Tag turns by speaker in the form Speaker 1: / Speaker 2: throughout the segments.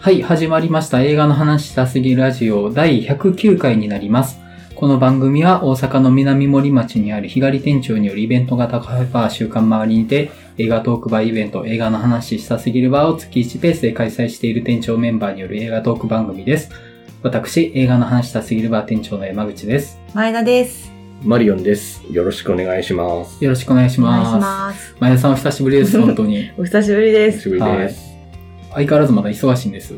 Speaker 1: はい、始まりました映画の話したすぎるラジオ第109回になります。この番組は大阪の南森町にある日帰り店長によるイベント型カフェバー週刊周りにて映画トークバーイベント映画の話したすぎるバーを月1ペースで開催している店長メンバーによる映画トーク番組です。私、映画の話したすぎるバー店長の山口です。
Speaker 2: 前田です。
Speaker 3: マリオンです。よろしくお願いします。
Speaker 1: よろしくお願いし
Speaker 2: お願いし
Speaker 1: ま
Speaker 2: ます。
Speaker 1: す。。前田さんお久しぶり です、本当に
Speaker 2: お久しぶりで
Speaker 3: 久し
Speaker 2: す。
Speaker 3: ぶりです。
Speaker 1: 相変わらずまだ忙しいんです。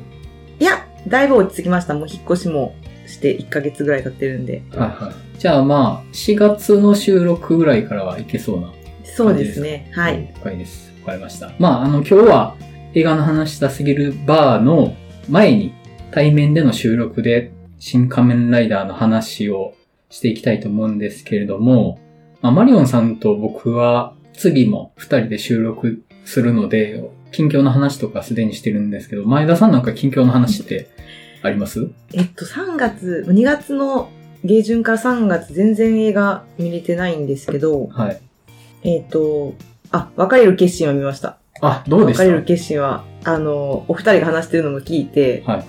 Speaker 2: いや、だいぶ落ち着きました。もう引っ越しもして1ヶ月ぐらい経ってるんで。
Speaker 1: はいはい。じゃあまあ、4月の収録ぐらいからはいけそうな
Speaker 2: そうですね。はい。
Speaker 1: 回です。わかりました。まあ、あの、今日は映画の話したすぎるバーの前に対面での収録で新仮面ライダーの話をしていきたいと思うんですけれども、まあマリオンさんと僕は次も二人で収録するので、近況の話とかすでにしてるんですけど、前田さんなんか近況の話ってあります
Speaker 2: えっと、3月、2月の下旬から3月全然映画見れてないんですけど、
Speaker 1: はい。
Speaker 2: えっと、あ、別れる決心は見ました。
Speaker 1: あ、どうでし
Speaker 2: 別
Speaker 1: た
Speaker 2: れる決心は、あの、お二人が話してるのも聞いて、
Speaker 1: はい。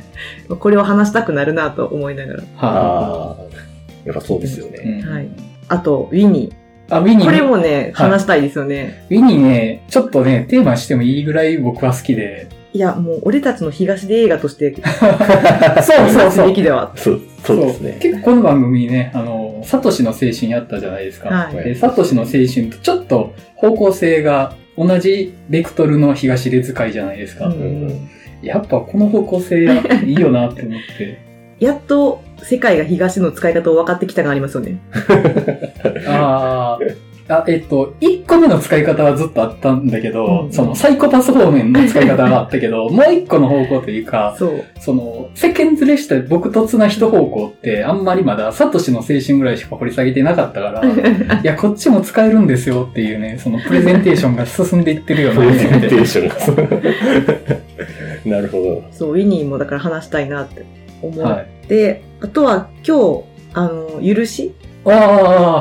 Speaker 2: これを話したくなるなと思いながら。
Speaker 1: は
Speaker 3: ああ、やっぱそうですよ
Speaker 1: い
Speaker 3: ね。
Speaker 2: はいあと、ウィニ
Speaker 1: あ、ウィニ
Speaker 2: ー。
Speaker 1: ー
Speaker 2: これもね、
Speaker 1: はい
Speaker 2: 話したいですよね。
Speaker 1: ウィニーね、ちょっとね、テーマしてもいいぐらい僕は好きで。
Speaker 2: いや、もう俺たちの東で映画として、
Speaker 1: そうそう
Speaker 2: す
Speaker 1: そう
Speaker 2: べ。きでは。
Speaker 3: そう、そうですね。
Speaker 1: 結構この番組ね、あの、サトシの青春やったじゃないですか。
Speaker 2: はい
Speaker 1: でサトシの青春とちょっと方向性が同じベクトルの東列界じゃないですか。
Speaker 2: うん
Speaker 3: うん
Speaker 1: やっぱこの方向性いいよなって思 って。
Speaker 2: やっと世界が東の使い方を分かってきたがありますよね。
Speaker 1: あーあ、えっと、1個目の使い方はずっとあったんだけど、
Speaker 2: うん
Speaker 1: そのサイコパス方面の使い方があったけ ど、もう1個の方向というか、
Speaker 2: そう。
Speaker 1: その、世間連れして僕と綱一方向って、あんまりまだ、サトシの青春ぐらいしか掘り下げてなかったから、 いや、こっちも使えるんですよっていうね、そのプレゼンテーションが進んでいってるよ
Speaker 3: プ
Speaker 1: な、
Speaker 3: レ
Speaker 1: み
Speaker 3: ゼ
Speaker 1: た
Speaker 3: ン
Speaker 1: い
Speaker 3: テ
Speaker 1: な
Speaker 3: ーションがそう。なるほ
Speaker 2: そう、ウィニーもだから話したいなって 思
Speaker 1: は
Speaker 2: っ
Speaker 1: い。
Speaker 2: て、あとは今日、あの、許し
Speaker 1: ああ、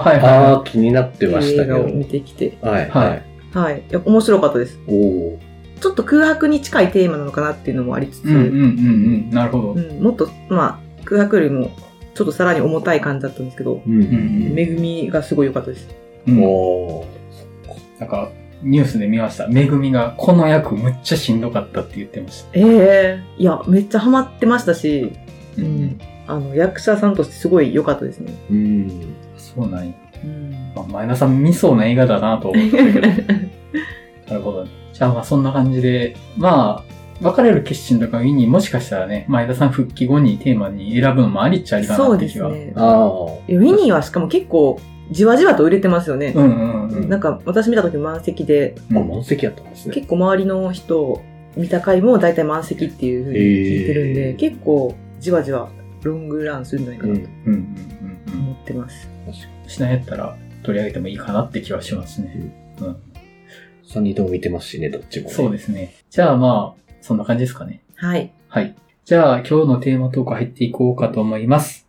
Speaker 1: はい
Speaker 3: ど。
Speaker 1: はい
Speaker 3: あ
Speaker 1: は
Speaker 3: あ、気になって
Speaker 2: って
Speaker 3: ま
Speaker 2: い
Speaker 3: し
Speaker 2: う
Speaker 3: た
Speaker 2: 映
Speaker 3: け
Speaker 2: 画
Speaker 3: ど
Speaker 2: を。見てきて、
Speaker 3: はい、
Speaker 1: は
Speaker 3: はいい。
Speaker 2: はい。いや面白かったです。
Speaker 3: おお。
Speaker 2: ちょっと空白に近いテーマなのかなっていうのもありつつ、
Speaker 1: い。うんうんうんうん、なるほど。う
Speaker 2: うんんもっと、まあ、空白よりも、ちょっとさらに重たい感じだったんですけど、
Speaker 3: う。
Speaker 1: うんん
Speaker 2: 恵みがすごい良かったです。
Speaker 1: うん。うん
Speaker 3: おー
Speaker 1: なんか、ニュースで見ました。めぐみが、この役むっちゃしんどかったって言ってました。
Speaker 2: ええいや、めっちゃハマってましたし、
Speaker 1: う
Speaker 2: うんん。あの、役者さんとしてすごい良かったですね。
Speaker 3: うん。
Speaker 1: そうなんや。
Speaker 2: うん
Speaker 1: まあ、前田さん見そうな映画だなと思ってたけど。なるほど。じゃあまあそんな感じで、まあ、別れる決心とかにもしかしたらね、前田さん復帰後にテーマに選ぶのもありっちゃありか
Speaker 2: そ
Speaker 1: な
Speaker 2: う
Speaker 1: って
Speaker 2: で
Speaker 1: 気
Speaker 2: す
Speaker 1: は。
Speaker 2: ね。
Speaker 3: ああ。
Speaker 2: いやウィニーはしかも結構、じわじわと売れてますよね
Speaker 1: う。んうんうん。
Speaker 2: なんか、私見た時満席で、
Speaker 3: まあ、満席やったんですね。
Speaker 2: 結構周りの人を見た回も大体満席っていう風に聞いてるんで、
Speaker 3: へー
Speaker 2: 結構、じわじわロングランするんじゃないか
Speaker 3: う
Speaker 2: なんと。
Speaker 1: うんうんうん
Speaker 2: 思ってます。
Speaker 1: うん。しないやったら取り上げてもいいかなって気はしますね。
Speaker 3: 三人とも見てますしね、どっちもね。
Speaker 1: そうですね。じゃあまあ、そんな感じですかね。
Speaker 2: はい。
Speaker 1: はい。じゃあ今日のテーマトーク入っていこうかと思います。